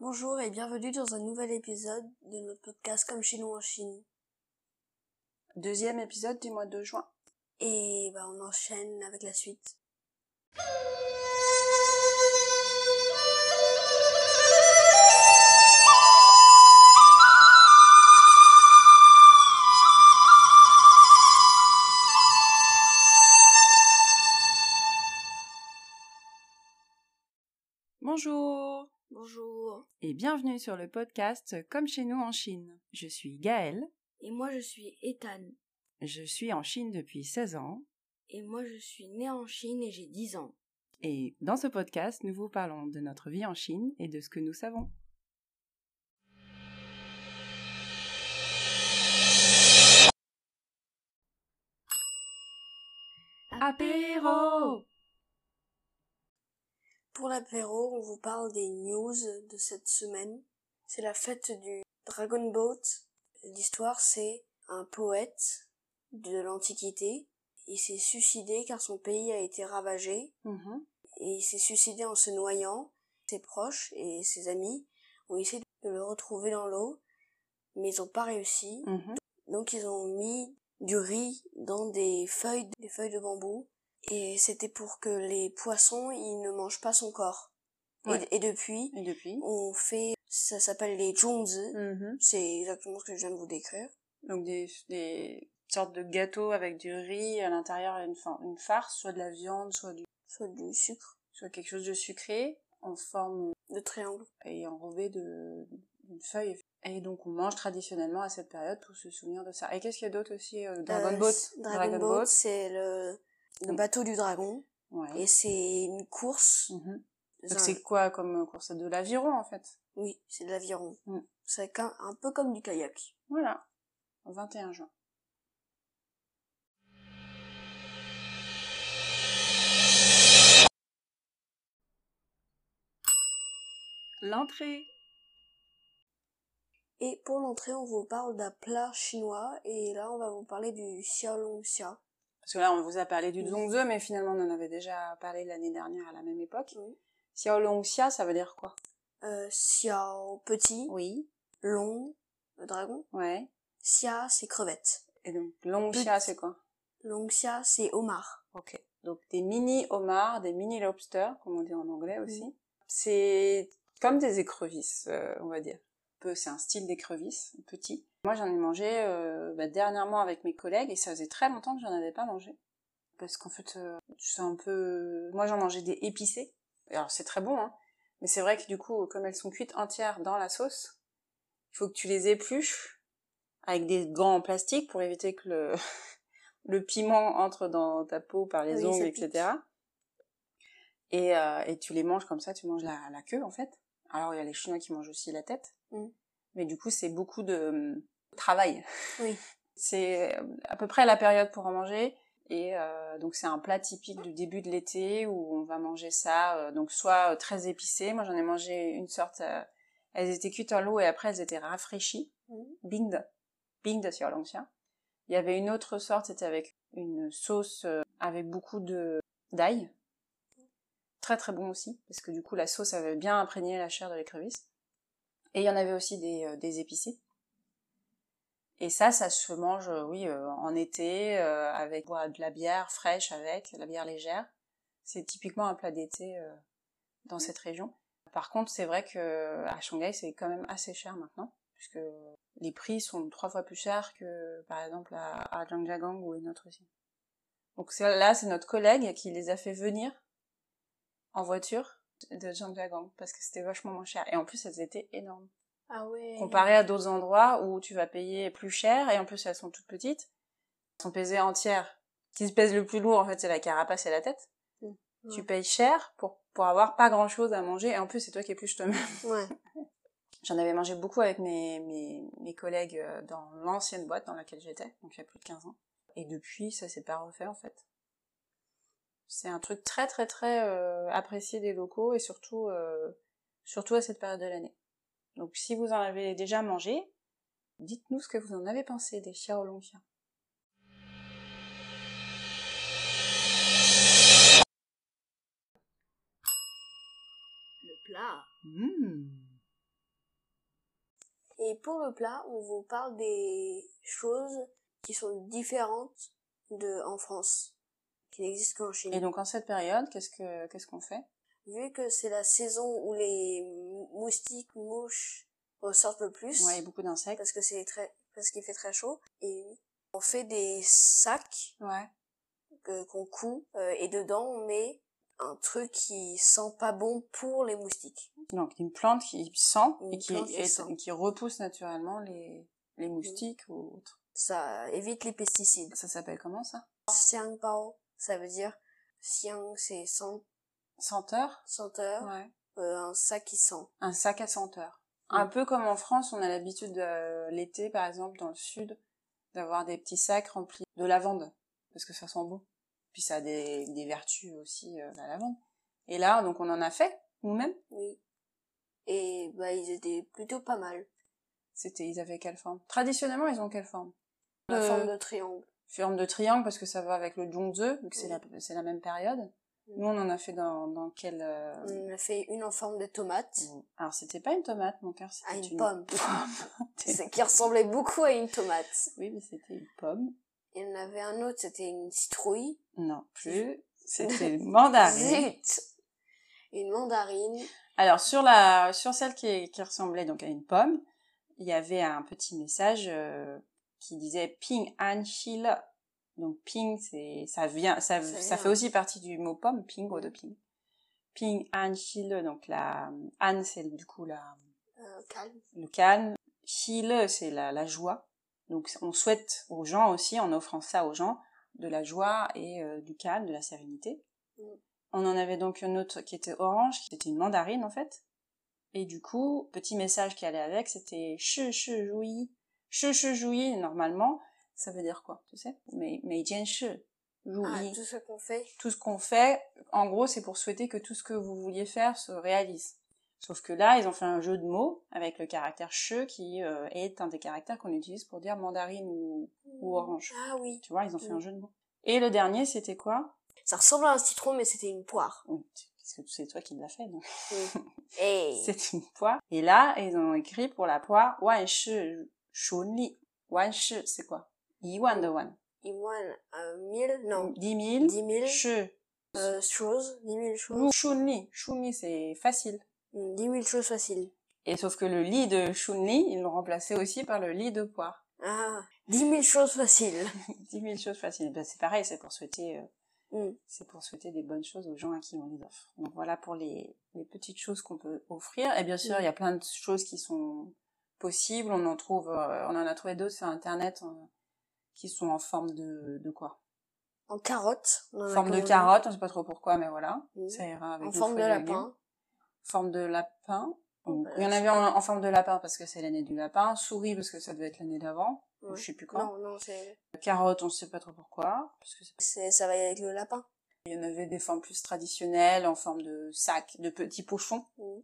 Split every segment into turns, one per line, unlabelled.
Bonjour et bienvenue dans un nouvel épisode de notre podcast Comme chez nous en Chine.
Deuxième épisode du mois de juin.
Et bah on enchaîne avec la suite.
Bonjour
Bonjour.
et bienvenue sur le podcast Comme chez nous en Chine. Je suis Gaëlle,
Et moi je suis Ethan.
je suis en Chine depuis 16 ans
Et moi je suis né en Chine et j'ai 10 ans.
et dans ce podcast nous vous parlons de notre vie en Chine et de ce que nous savons. Apéro
Pour l'apéro, on vous parle des news de cette semaine. C'est la fête du Dragon Boat. L'histoire, c'est un poète de l'Antiquité. Il s'est suicidé car son pays a été ravagé
Mhm.
et il s'est suicidé en se noyant. Ses proches et ses amis ont essayé de le retrouver dans l'eau, mais ils n'ont pas réussi.
Mhm.
Donc ils ont mis du riz dans des feuilles, des feuilles de bambou, et c'était pour que les poissons ils ne mangent pas son corps. Et-
Ouais.
Et, depuis,
Et depuis
on fait, ça s'appelle les zhongzi.
Mhm.
C'est exactement ce que je viens de vous décrire.
Donc des, des sortes de gâteaux avec du riz à l'intérieur, une, fa- une farce, soit de la viande, soit, du,
Soit du sucre,
soit quelque chose de sucré en forme
de triangle.
et enrobé de d'une feuille. Et donc on mange traditionnellement à cette période pour se souvenir de ça. Et qu'est-ce qu'il y a d'autre aussi euh, Dragon
Euh,
Boat.
c'est- Dragon, Boat, c'est le, le
Mm.
bateau du dragon.
Ouais.
Et c'est une course.
Mhm.
dans
Donc c'est quoi comme course C'est de l'aviron en fait.
Oui, c'est de l'aviron.
Mm.
C'est qu'un- un peu comme du kayak.
Voilà. Au 21 juin. L'entrée.
Et pour l'entrée, on vous parle d'un plat chinois. Et là, on va vous parler du xiaolongxia.
Parce que là, on vous a parlé du
Oui.
zongzi, mais finalement, on en avait déjà parlé l'année dernière à la même époque.
Oui.
Xiaolongxia, ça veut dire quoi
Euh, xiao, petit.
Oui.
Long, le dragon.
Ouais.
Xia, c'est crevette.
Et donc, longxia, c'est quoi
Longxia, c'est homard.
Ok. Donc, des mini homards, des mini lobsters, comme on dit en anglais aussi. C'est comme des écrevisses, euh, on va dire. Peu- C'est un style d'écrevisse, petit. Moi, j'en ai mangé euh, bah, dernièrement avec mes collègues et ça faisait très longtemps que j'en avais pas mangé. Parce qu'en fait, euh, c'est un peu... euh, Moi, j'en mangeais des épicés. Et Alors, c'est très bon, hein. Mais c'est vrai que du coup, comme elles sont cuites entières dans la sauce, il faut que tu les épluches avec des gants en plastique pour éviter que le, le piment entre dans ta peau par les
Oui, ça
ongles,
pique.
etc. Et, euh, et tu les manges comme ça, tu manges la, la queue en fait. Alors il y a les Chinois qui mangent aussi la tête.
Mm.
Mais du coup, c'est beaucoup de euh, travail.
Oui.
c'est euh, à peu près la période pour en manger. Et euh, donc c'est un plat typique du début de l'été où on va manger ça, euh, donc soit euh, très épicé, moi j'en ai mangé une sorte, euh, elles étaient cuites en l'eau et après elles étaient rafraîchies,
Mhm.
bingde, bingde sur l'ancien. Il y avait une autre sorte, c'était avec une sauce euh, avec beaucoup de d'ail, très très bon aussi, parce que du coup la sauce avait bien imprégné la chair de l'écrevisse. Et il y en avait aussi des, euh, des épicés. Et ça, ça se mange, euh, oui, euh, en été, euh, avec boire de la bière fraîche, avec de la bière légère. C'est typiquement un plat d'été euh, dans cette région. Par contre, c'est vrai que à Shanghai, c'est quand même assez cher maintenant, puisque les prix sont trois fois plus chers que, par exemple, à, à Zhangjiagang ou une autre aussi. Donc c'est- là, c'est notre collègue qui les a fait venir en voiture de Zhangjiagang, parce que c'était vachement moins cher. Et en plus, elles étaient énormes
Ah ouais.
comparé à d'autres endroits où tu vas payer plus cher et en plus elles sont toutes petites. Elles sont pesées entières. Ce qui se pèse le plus lourd en fait c'est la carapace et la tête.
Mm. Ouais.
Tu payes cher pour, pour avoir pas grand chose à manger et en plus c'est toi qui épluches toi-même.
Ouais.
J'en avais mangé beaucoup avec mes, mes, mes collègues euh, dans l'ancienne boîte dans laquelle j'étais, donc il y a plus de 15 ans. Et depuis ça s'est pas refait en fait. C'est un truc très très très euh, apprécié des locaux et surtout, euh, surtout à cette période de l'année. Donc si vous en avez déjà mangé, dites-nous ce que vous en avez pensé des xiaolongxias.
Le plat. Mm. Et pour le plat, on vous parle des choses qui sont différentes de en France, qui n'existent qu'en Chine.
Et donc en cette période, qu'est-ce que qu'est-ce qu'on fait
Vu que c'est la saison où les moustiques, mouches ressortent le plus,
Ouais, beaucoup d'insectes.
parce que c'est très, parce qu'il fait très chaud, et on fait des sacs
Ouais.
que- qu'on coud, euh, et dedans on met un truc qui sent pas bon pour les moustiques.
Donc une plante qui sent
Une
et qui,
plante qui
est-
sent.
qui repousse naturellement les les moustiques ou autres.
Ça évite les pesticides.
Ça s'appelle comment ça
Xiang Pao, ça veut dire, Xiang c'est scent,
Senteur.
senteur,
Ouais.
euh, un sac qui sent.
Un sac à senteur.
Mm.
Un peu comme en France, on a l'habitude euh, l'été, par exemple, dans le sud, d'avoir des petits sacs remplis de lavande parce que ça sent bon. Puis ça a des, des vertus aussi euh, la lavande. Et là, donc on en a fait nous-mêmes.
Oui. Et bah ils étaient plutôt pas mal.
C'était, ils avaient quelle forme Traditionnellement, ils ont quelle forme
La
Euh,
forme de triangle.
forme de triangle parce que ça va avec le Zhongzi, vu que c'est
Mm.
la, c'est la même période.
Mm.
Nous, on en a fait dans, dans quel... euh,
On a fait une en forme de tomate,
bon. Alors, c'était pas une tomate, mon cœur, c'était
à Ah, une, pomme,
T'es-
C'est- qui ressemblait beaucoup à une tomate.
Oui, mais c'était une pomme.
Il y en avait un autre, c'était une citrouille.
Non plus. C'était une mandarine.
Zut Une mandarine.
Alors, sur, la, sur celle qui, est- qui ressemblait donc à une pomme, il y avait un petit message euh, qui disait Ping An Shil. Donc, ping, c'est, ça vient, ça,
Ça
ça,
vient.
fait aussi partie du mot pomme, ping ou de ping. Ping An Shil, donc la, An, c'est du coup la,
Euh, calme.
le calme. Shil, c'est la, la joie. Donc, on souhaite aux gens aussi, en offrant ça aux gens, de la joie et euh, du calme, de la sérénité.
Mm.
On en avait donc une autre qui était orange, qui était une mandarine en fait. Et du coup, petit message qui allait avec, c'était chu chu joui. Chu chu joui, normalement, ça veut dire quoi, tu sais Mais mais jian chu joui.
Ah, tout ce qu'on fait.
Tout ce qu'on fait, en gros, c'est pour souhaiter que tout ce que vous vouliez faire se réalise. Sauf que là, ils ont fait un jeu de mots avec le caractère che qui euh, est un des caractères qu'on utilise pour dire mandarine ou, ou orange.
Ah oui.
Tu vois, ils ont fait
Mm.
un jeu de mots. Et le dernier, c'était quoi
Ça ressemble à un citron, mais c'était une poire.
Oui, parce que c'est toi qui l'as fait, donc.
Et
C'est une poire. Et là, ils ont écrit pour la poire Wan shi shunli. Wan shi, c'est quoi Yiwan de Wan.
Imoine, euh, mille, non,
Dix mille.
dix mille
Shi.
euh, choses, dix mille choses,
Lu Shunli. Shunli, c'est facile.
Mm, dix mille choses faciles.
Et sauf que le lit de shunli, ils l'ont remplacé aussi par le lit de poire.
Ah, dix mille choses faciles.
Dix mille choses faciles. Ben, c'est pareil, c'est pour souhaiter. euh,
Mm.
c'est pour souhaiter des bonnes choses aux gens à qui on les offre. Donc voilà pour les, les petites choses qu'on peut offrir. Et bien
Mm.
sûr, il y a plein de choses qui sont possibles. On en trouve, euh, on en a trouvé d'autres sur Internet euh, qui sont en forme de, de quoi
En carotte. on en a
Forme de
commandé.
carotte, on sait pas trop pourquoi, mais voilà.
Mm.
Ça ira avec
En
nos
forme de
fruits et légumes.
lapin.
Forme de lapin. Donc,
Voilà,
il y en
c'est
avait en, en forme de lapin parce que c'est l'année du lapin. Souris parce que ça devait être l'année d'avant. ou
Ouais.
Je sais plus quand.
Non, non, c'est,
Carotte, on sait pas trop pourquoi. Parce que c'est-
c'est, ça va avec le lapin.
il y en avait des formes plus traditionnelles, en forme de sac, de petits pochons.
Mm.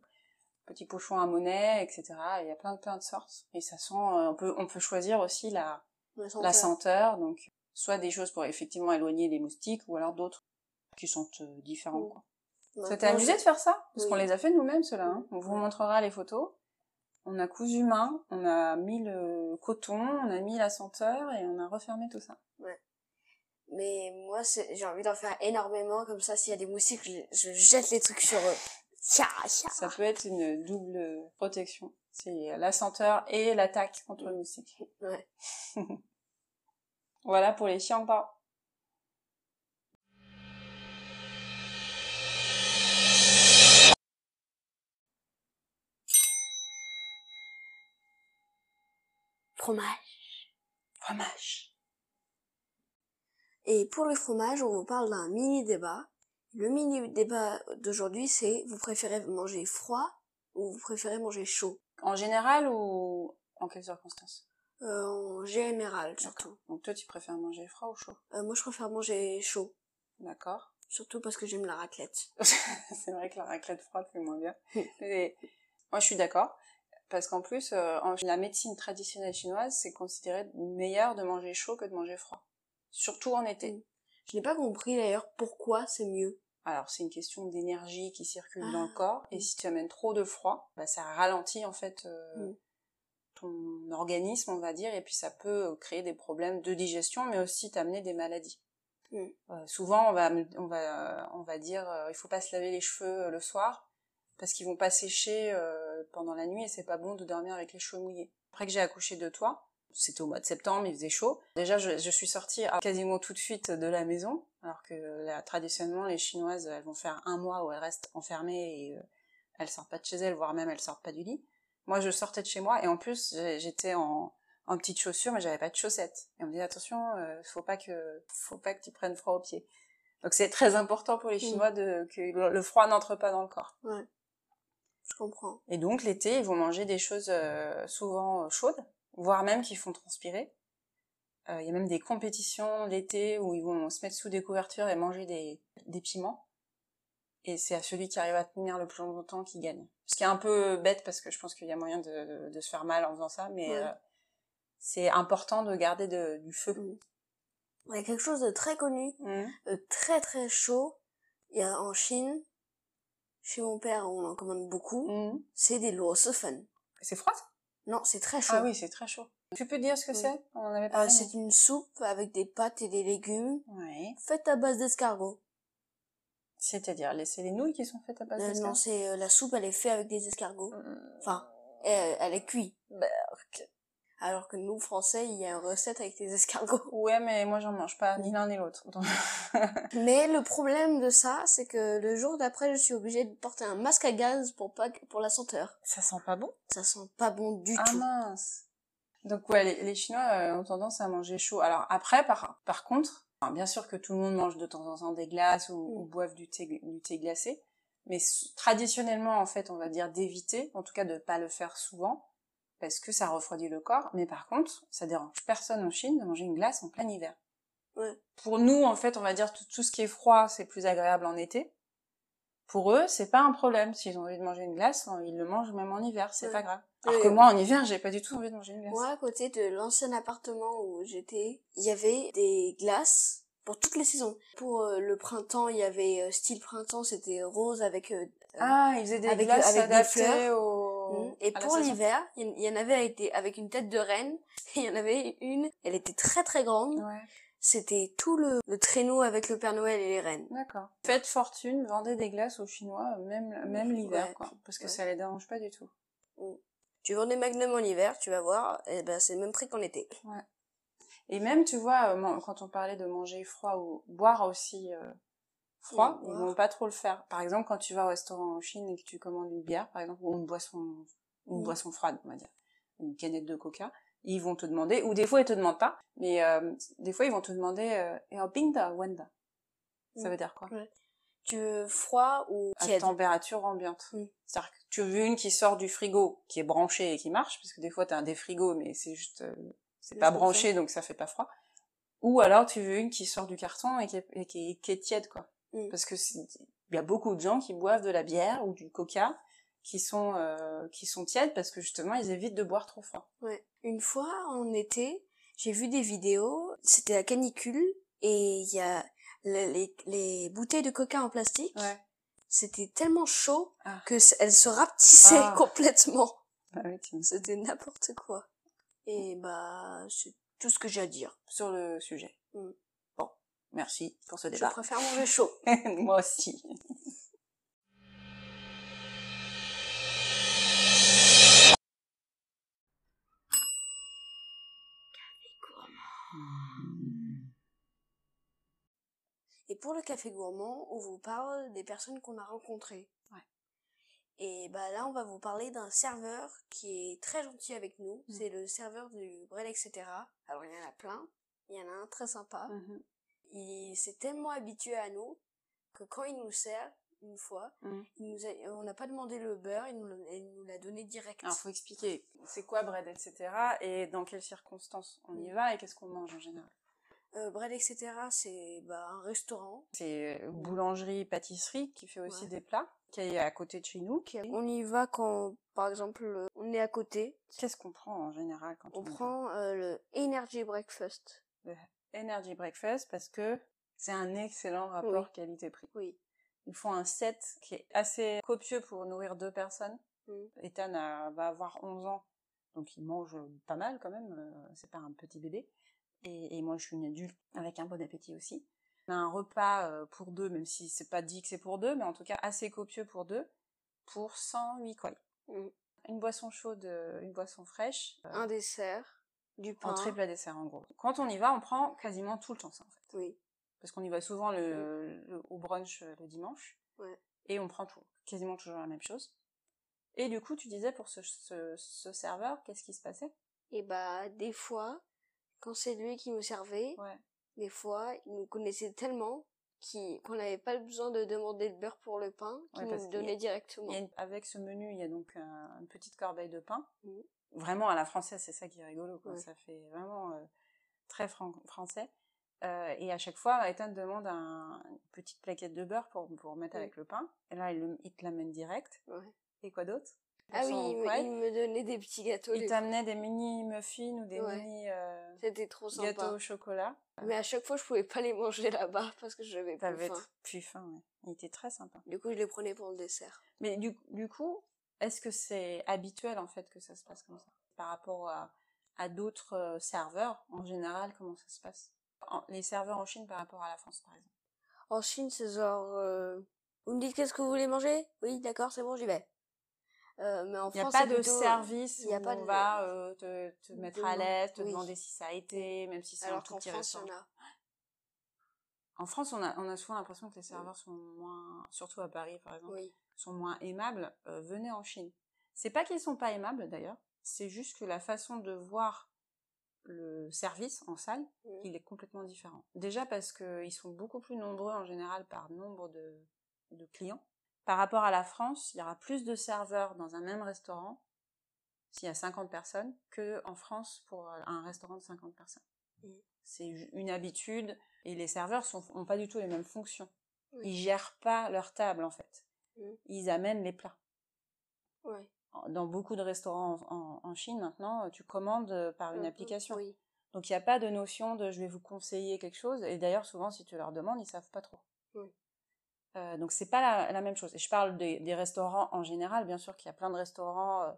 petits pochons à monnaie, etc. Il y a plein de plein de sortes. Et ça sent, euh, on peut on peut choisir aussi la
Le
la
senteur.
senteur, donc soit des choses pour effectivement éloigner les moustiques, ou alors d'autres qui sont euh, différents.
Mm.
Quoi.
Maintenant,
Ça t'a amusé de faire ça Parce
Oui. Mm.
qu'on les a fait nous-mêmes ceux-là. hein. On vous
Ouais.
montrera les photos. On a cousu main, on a mis le coton, on a mis la senteur et on a refermé tout ça.
c'est- Mais moi, c'est, j'ai envie d'en faire énormément, comme ça, s'il y a des moustiques, je, je jette les trucs sur eux. Tcha, tcha.
Ça peut être une double protection. C'est la senteur et l'attaque contre le moustique.
Mm. Ouais.
Voilà pour les chiens pas.
Fromage.
Fromage.
Et pour le fromage, on vous parle d'un mini débat. Le mini débat d'aujourd'hui, c'est vous préférez manger froid ou vous préférez manger chaud?
En général ou en quelles circonstances
Euh, en général, surtout.
Donc toi, tu préfères manger froid ou chaud
Euh, moi, je préfère manger chaud.
D'accord.
Surtout parce que j'aime la raclette.
c'est vrai que la raclette froide fait moins bien. Mais moi, je suis d'accord. Parce qu'en plus, euh, en- la médecine traditionnelle chinoise, c'est considéré meilleur de manger chaud que de manger froid. Surtout en été.
Je n'ai pas compris d'ailleurs pourquoi c'est mieux.
Alors, c'est une question d'énergie qui circule
Ah.
dans le corps. Et si tu amènes trop de froid, bah, ça ralentit en fait euh,
Mm.
ton organisme, on va dire, et puis ça peut euh, créer des problèmes de digestion, mais aussi t'amener des maladies.
Mm.
Euh, souvent, on va, on va, on va dire, euh, il faut pas se laver les cheveux euh, le soir parce qu'ils vont pas sécher euh, pendant la nuit et c'est pas bon de dormir avec les cheveux mouillés. Après que j'ai accouché de toi, c'était au mois de septembre, il faisait chaud. Déjà, je, je suis sortie à- quasiment tout de suite de la maison, alors que là, traditionnellement, les Chinoises, elles vont faire un mois où elles restent enfermées et euh, elles sortent pas de chez elles, voire même elles sortent pas du lit. Moi, je sortais de chez moi et en plus, j'ai- j'étais en, en petites chaussures, mais j'avais pas de chaussettes. Et on me dit attention, euh, faut pas que, faut pas que tu prennes froid aux pieds. Donc c'est très important pour les Chinois de, que le- le froid n'entre pas dans le corps.
Je comprends.
Et donc l'été, ils vont manger des choses euh, souvent euh, chaudes, voire même qui font transpirer. Euh, Il y a même des compétitions l'été où ils vont se mettre sous des couvertures et manger des, des piments. Et c'est à celui qui arrive à tenir le plus longtemps qui gagne. Ce qui est un peu bête parce que je pense qu'il y a moyen de, de se faire mal en faisant ça, mais
Ouais.
euh, c'est important de garder de- du feu.
Il y a quelque chose de très connu,
Mhm.
euh, très très chaud. Il y a en Chine, chez mon père, on en commande beaucoup.
Mhm.
C'est des fan.
C'est froid ça
Non, c'est très chaud.
Ah oui, c'est très chaud. Tu peux dire ce que
Oui.
c'est On en avait
Euh,
parlé.
c'est une soupe avec des pâtes et des légumes,
mais- Ouais.
faite à base d'escargots.
C'est-à-dire, les- c'est les nouilles qui sont faites à base
Euh,
de
non,
ça
c'est euh, la soupe, elle est faite avec des escargots.
Mhm.
Enfin, elle, elle est cuite.
Bah, Berk.
Alors que nous, Français, il y a une recette avec des escargots.
Ouais, mais moi j'en mange pas ni l'un ni l'autre. Donc,
Mais le problème de ça, c'est que le jour d'après, je suis obligée de porter un masque à gaz pour pas que- pour la senteur.
Ça sent pas bon
Ça sent pas bon du
Ah
tout.
mince Donc ouais, les, les Chinois euh, ont tendance à manger chaud. Alors après, par, par contre, enfin, bien sûr que tout le monde mange de temps en temps des glaces ou,
Mm.
ou boive du thé, du thé glacé, mais s- traditionnellement en fait, on va dire d'éviter, en tout cas de pas le faire souvent, parce que ça refroidit le corps. Mais par contre, ça dérange personne en Chine de manger une glace en plein hiver.
Ouais.
Pour nous, en fait, on va dire tout, tout ce qui est froid, c'est plus agréable en été. Pour eux, c'est pas un problème. S'ils ont envie de manger une glace, euh, ils le mangent même en hiver, c'est
Ouais.
pas grave. Alors
Et-
que moi, en hiver, j'ai pas du tout envie de manger une glace.
Moi, à côté de l'ancien appartement où j'étais, il y avait des glaces pour toutes les saisons. Pour euh, le printemps, il y avait euh, style printemps, c'était rose avec euh,
Ah, ils faisaient des
Avec-
glaces
avec des
adaptées
fleurs.
au...
Et
à la
pour
saison.
l'hiver, il y- il y en avait avec, des- avec une tête de reine. Il y en avait une, elle était très très grande.
Ouais,
C'était tout le, le traîneau avec le Père Noël et les reines.
d'accord. Faites fortune, vendez des glaces aux Chinois, euh, même, même
Ouais,
l'hiver,
puis-
quoi. Parce que
ouais.
ça les dérange pas du tout.
Tu vends des magnums en hiver, tu vas voir, et ben c'est le même prix qu'en été.
Et même, tu vois, euh, man- quand on parlait de manger froid ou boire aussi euh, froid,
Oui,
ils
boire.
vont pas trop le faire. Par exemple, quand tu vas au restaurant en Chine et que tu commandes une bière, par exemple, ou une boisson, une
Mm.
boisson froide, on va dire, une canette de coca, ils vont te demander, ou des fois ils te demandent pas, mais euh, des fois ils vont te demander, euh, Eh, Binda, Wanda. Ça
Mm.
veut dire quoi
Tu veux froid ou
à
tiède
température ambiante.
Mm.
C'est-à-dire que tu veux une qui sort du frigo, qui est branchée et qui marche, parce que des fois t'as des frigos, mais c'est juste, euh, c'est
Juste
pas
comme
branché, donc ça fait pas froid. Ou alors tu veux une qui sort du carton et qui est, et qui est- qui est tiède, quoi.
Mm.
Parce que c'est- il y a beaucoup de gens qui boivent de la bière ou du coca qui sont euh, qui sont tièdes parce que justement ils évitent de boire trop froid.
Ouais. Une fois en été, j'ai vu des vidéos, c'était la canicule, et il y a le- les, les bouteilles de coca en plastique, c'était tellement chaud
Ah.
que c- elles se rapetissaient
Ah.
complètement.
Bah oui, tu me-
C'était n'importe quoi. Et bah, c'est tout ce que j'ai à dire.
Sur le sujet.
Mm.
Bon, merci pour ce
Je
débat.
préfère manger chaud.
Moi aussi.
Et pour le café gourmand, on vous parle des personnes qu'on a rencontrées.
Ouais.
Et bah là, on va vous parler d'un serveur qui est très gentil avec nous.
Mhm.
C'est le serveur du Brel, etc. Alors, il y en a plein. Il y en a un très sympa.
Mhm.
Il s'est tellement habitué à nous que quand il nous sert, une fois,
Mhm.
il nous a- on n'a pas demandé le beurre, il nous l'a- il nous l'a donné direct.
Alors, faut expliquer c'est quoi bread, etc. et dans quelles circonstances on
Mm.
y va et qu'est-ce qu'on mange en général.
Euh, Brel, etc., c'est bah, un restaurant.
C'est euh, boulangerie, pâtisserie qui fait aussi
Ouais.
des plats, qui est à côté de chez nous. qui-
On y va quand, par exemple, euh, on est à côté.
Qu'est-ce qu'on prend en général quand on,
On prend euh, le Energy Breakfast.
Energy Breakfast parce que c'est un excellent rapport
Oui.
qualité-prix.
Oui.
Ils font un set qui est assez copieux pour nourrir deux personnes.
Mm.
Ethan a- va avoir 11 ans, donc il mange pas mal quand même, euh, c'est pas un petit bébé. Et, et moi je suis une adulte avec un bon appétit aussi. On a un repas euh, pour deux, même si c'est pas dit que c'est pour deux, mais en tout cas assez copieux pour deux, pour 108 koi.
Mm.
Une boisson chaude, euh, une boisson fraîche, euh,
Un dessert, du pain.
un triple à dessert en gros. Quand on y va, on prend quasiment tout le temps ça en fait.
Oui.
Parce qu'on y va souvent le, le- au brunch euh, le dimanche.
Ouais.
Et on prend tout, quasiment toujours la même chose. Et du coup, tu disais pour ce, ce- ce serveur, qu'est-ce qui se passait
Et bah, des fois, quand c'est lui qui nous servait,
Ouais.
des fois, il nous connaissait tellement qu'il- qu'on n'avait pas besoin de demander de beurre pour le pain, qu'il
Ouais,
nous le
parce qu'il y a-
donnait
Il y
directement.
a une- avec ce menu, il y a donc un- une petite corbeille de pain.
Mhm.
Vraiment à la française, c'est ça qui est rigolo. quoi.
Ouais.
Ça fait vraiment euh, très fran- français. Euh, et à chaque fois, Ethan demande un- une petite plaquette de beurre pour, pour mettre
Ouais.
avec le pain. Et là, il, le- il te l'amène direct.
Ouais.
Et quoi d'autre
Ah oui,
Son
il me,
poêle.
il me donnait des petits gâteaux.
il
des
t'amenait des mini muffins ou des
Ouais.
mini euh,
fois. C'était trop sympa.
gâteaux au chocolat.
Mais à chaque fois, je pouvais pas les manger là-bas parce que j'avais plus
T'avais
faim.
puis faim, ouais. Il était très sympa.
Du coup, je les prenais pour le dessert.
Mais du, du coup, est-ce que c'est habituel en fait que ça se passe comme ça Par rapport à, à d'autres euh, serveurs, en général, comment ça se passe En- Les serveurs en Chine par rapport à la France, par exemple.
En Chine, c'est genre, euh, vous me dites qu'est-ce que vous voulez manger Oui, d'accord, c'est bon, j'y vais. Euh, mais en
Il n'y a
France,
pas
c'est
de
plutôt-
service
il y a
où
pas
on
de-
va euh, te, te mettre à
Demain,
l'aise, te
oui.
demander si ça a été, même si c'est un
Alors
tout
qu'en
petit
France, il y
restaurant.
en a.
En France, on a, on a souvent l'impression que les serveurs sont moins, surtout à Paris par exemple,
Oui.
sont moins aimables, euh, venez en Chine. C'est pas qu'ils sont pas aimables d'ailleurs, c'est juste que la façon de voir le service en salle,
Mhm.
il est complètement différent. Déjà parce qu'ils sont beaucoup plus nombreux en général par nombre de, de clients. Par rapport à la France, il y aura plus de serveurs dans un même restaurant s'il y a 50 personnes que en France pour euh, un restaurant de 50 personnes.
Mhm.
C'est ju- une habitude et les serveurs n'ont pas du tout les mêmes fonctions.
Oui.
Ils gèrent pas leur table en fait ils amènent les plats.
Ouais.
Dans beaucoup de restaurants en, en- en Chine maintenant, tu commandes euh, par une
Mhm.
application.
Oui.
Donc il n'y a pas de notion de je vais vous conseiller quelque chose. Et d'ailleurs, souvent, si tu leur demandes, ils savent pas trop.
Oui.
Euh, donc c'est pas la, la même chose. Et je parle des, des restaurants en général. Bien sûr qu'il y a plein de restaurants euh,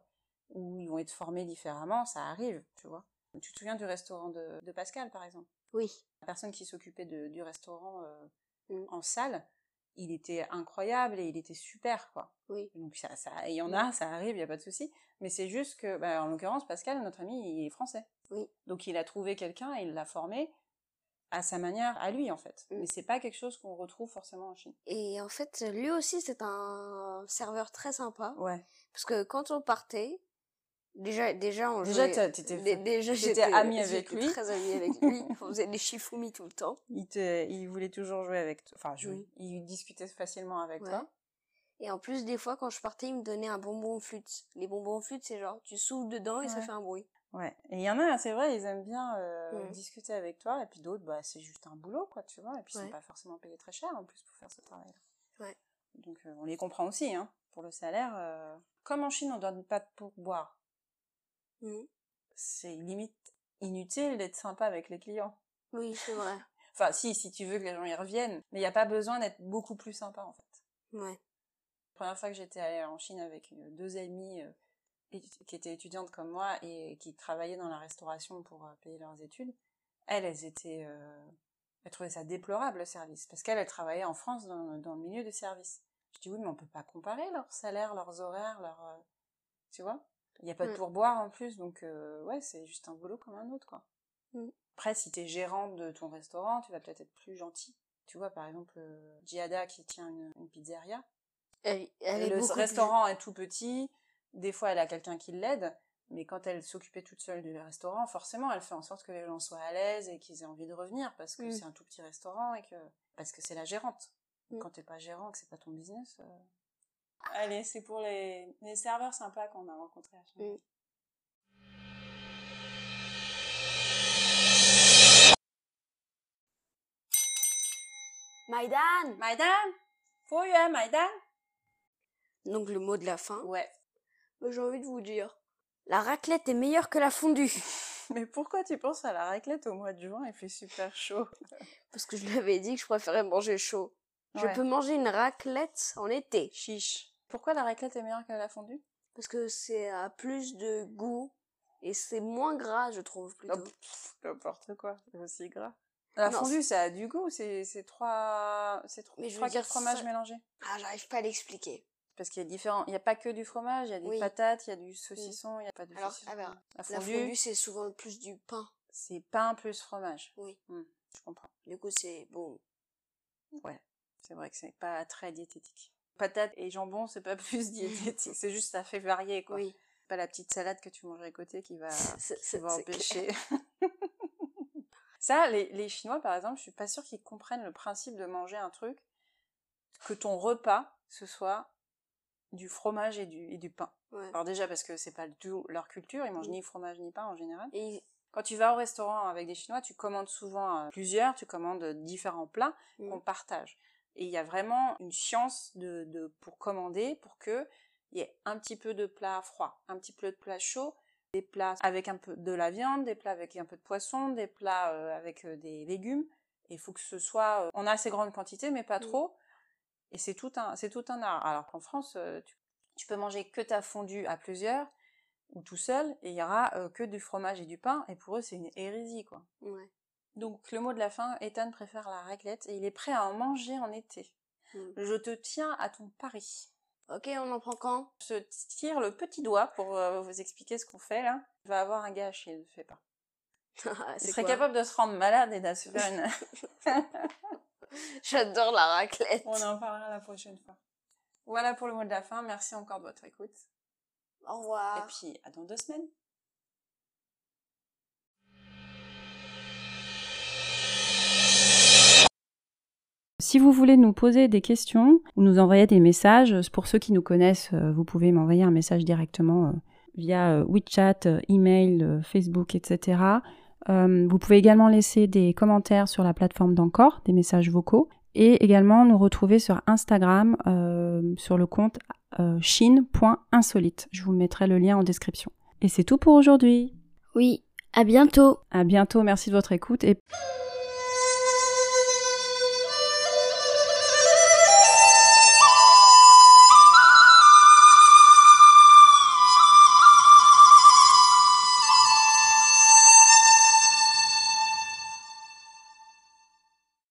où ils vont être formés différemment. Ça arrive, tu vois. Tu te souviens du restaurant de, de Pascal, par exemple
Oui.
la personne qui s'occupait de- du restaurant euh,
Mm.
en salle, il était incroyable et il était super, quoi.
Oui. Mm.
Donc ça, ça, il y en a, ça arrive, il n'y a pas de souci. Mais c'est juste que, bah, en l'occurrence, Pascal, notre ami, il est français.
Oui.
Donc il a trouvé quelqu'un et il l'a formé à sa manière, à lui, en fait.
Mm.
Mais c'est pas quelque chose qu'on retrouve forcément en Chine.
Et en fait, lui aussi, c'est un serveur très sympa.
Ouais.
Parce que quand on partait, déjà, déjà, on
Déjà,
jouait-
t'as- t'étais,
Dé- déjà,
t'étais
j'étais
ami avec
j'étais
lui.
Très ami avec lui. on faisait des chifoumi tout le temps.
il te, il voulait toujours jouer avec toi. Enfin, jouer.
Oui.
Il discutait facilement avec
Ouais.
toi.
Et en plus, des fois, quand je partais, il me donnait un bonbon flûte. Les bonbons flûte, c'est genre, tu souffles dedans et ça
Ouais.
fait un bruit.
Ouais. Et il y en a, c'est vrai, ils aiment bien euh,
Mm.
discuter avec toi, et puis d'autres, bah, c'est juste un boulot, quoi, tu vois, et puis ils
Ouais.
sont pas forcément payés très cher, en plus, pour faire ce travail-là.
Ouais.
Donc, euh, on les comprend aussi, hein, pour le salaire. euh, Comme en Chine, on donne pas de pourboire. Mmh.
Mhm.
C'est limite inutile d'être sympa avec les clients.
Oui, c'est vrai.
Enfin, si, si tu veux que les gens y reviennent, mais il n'y a pas besoin d'être beaucoup plus sympa, en fait.
ouais.
La première fois que j'étais allée en Chine avec euh, deux amies euh, étu- qui étaient étudiantes comme moi et qui travaillaient dans la restauration pour euh, payer leurs études, elles, elles étaient... euh, elles trouvaient ça déplorable, le service, parce qu'elles, elles travaillaient en France dans, dans le milieu du service. Je dis, oui, mais on peut pas comparer leurs salaires, leurs horaires, leurs... euh, tu vois Il n'y a pas de
Mm.
pourboire en plus, donc euh, ouais, c'est juste un boulot comme un autre, quoi.
Mm.
Après, si t'es gérant de ton restaurant, tu vas peut-être être plus gentil. Tu vois, par exemple, euh, Giada qui tient une- une pizzeria,
Elle, elle est
le
beaucoup plus-
restaurant est tout petit, des fois elle a quelqu'un qui l'aide, mais quand elle s'occupait toute seule du restaurant, forcément elle fait en sorte que les gens soient à l'aise et qu'ils aient envie de revenir parce que
Mm.
c'est un tout petit restaurant et que parce que c'est la gérante.
Mm.
Quand t'es pas gérant, que c'est pas ton business. euh. Allez, c'est pour les, les serveurs sympas qu'on a rencontrés à Shanghai.
Mm. Maïdan
Madame, faut you, madame.
Donc le mot de la fin.
Ouais.
Bah, J'ai envie de vous dire. La raclette est meilleure que la fondue.
Mais pourquoi tu penses à la raclette au mois de juin Il fait super chaud.
Parce que je l'avais dit que je préférais manger chaud.
Ouais.
Je peux manger une raclette en été.
Chiche. Pourquoi la raclette est meilleure que la fondue
Parce que c'est à plus de goût Et c'est moins gras, je trouve, plutôt.
Oh, pff, N'importe quoi, c'est aussi gras. La
Non,
fondue, ça a du goût, c'est c'est trois, c'est tro-
Mais je veux
trois
dire,
quatre fromages
ça-
mélangés.
Ah, j'arrive pas à l'expliquer.
Parce qu'il y a différents, il n'y a pas que du fromage, il y a des
Oui.
patates, il y a du saucisson, il y a pas de
Alors,
saucisson.
ah ben,
la
La
fondue,
fondue, c'est souvent plus du pain.
c'est pain plus fromage.
Oui.
Hmm, je comprends.
Du coup, c'est bon.
C'est vrai que c'est pas très diététique. Patates et jambon, c'est pas plus diététique, c'est juste ça fait varier quoi.
Oui. Ah,
C'est Pas la petite salade que tu mangerais à côté qui va,
C'est-
qui
c'est-
va
c'est clair.
empêcher. Ça, les, les Chinois par exemple, je suis pas sûre qu'ils comprennent le principe de manger un truc que ton repas ce soit du fromage et du, et du pain.
Ouais.
Alors déjà parce que c'est pas du tout leur culture, ils mangent ni fromage ni pain en général.
Et ils-
Quand tu vas au restaurant avec des Chinois, tu commandes souvent euh, plusieurs, tu commandes euh, différents plats
Mm.
qu'on partage. Et il y a vraiment une science de, de- pour commander pour que il y ait un petit peu de plat froid, un petit peu de plat chaud, des plats avec un peu de la viande, des plats avec un peu de poisson, des plats euh, avec euh, des légumes. Et il faut que ce soit euh, en assez grande quantité, mais pas
Mm.
trop. Et c'est tout un c'est tout un art. Alors qu'en France, euh, tu, tu peux manger que ta fondue à plusieurs ou tout seul, et il y aura euh, que du fromage et du pain, et pour eux c'est une hérésie quoi.
ouais.
Donc le mot de la fin, Ethan préfère la raclette et il est prêt à en manger en été.
Mm.
Je te tiens à ton pari.
Ok, on en prend quand
Je te tire le petit doigt pour euh, vous expliquer ce qu'on fait là. Il va avoir un gâche, il ne le fait pas. Il
C'est
serait
quoi
capable de se rendre malade et d'assurer une...
J'adore la raclette.
On en parlera la prochaine fois. Voilà pour le mot de la fin. Merci encore de votre écoute.
Au revoir.
Et puis à dans deux semaines. Si vous voulez nous poser des questions ou nous envoyer des messages, pour ceux qui nous connaissent, euh, vous pouvez m'envoyer un message directement euh, via euh, WeChat, euh, email, euh, Facebook, etc. Euh, Vous pouvez également laisser des commentaires sur la plateforme d'Encore, des messages vocaux, et également nous retrouver sur Instagram euh, sur le compte euh, chine.insolite. Je vous mettrai le lien en description. Et c'est tout pour aujourd'hui.
Oui, à bientôt
À bientôt, merci de votre écoute et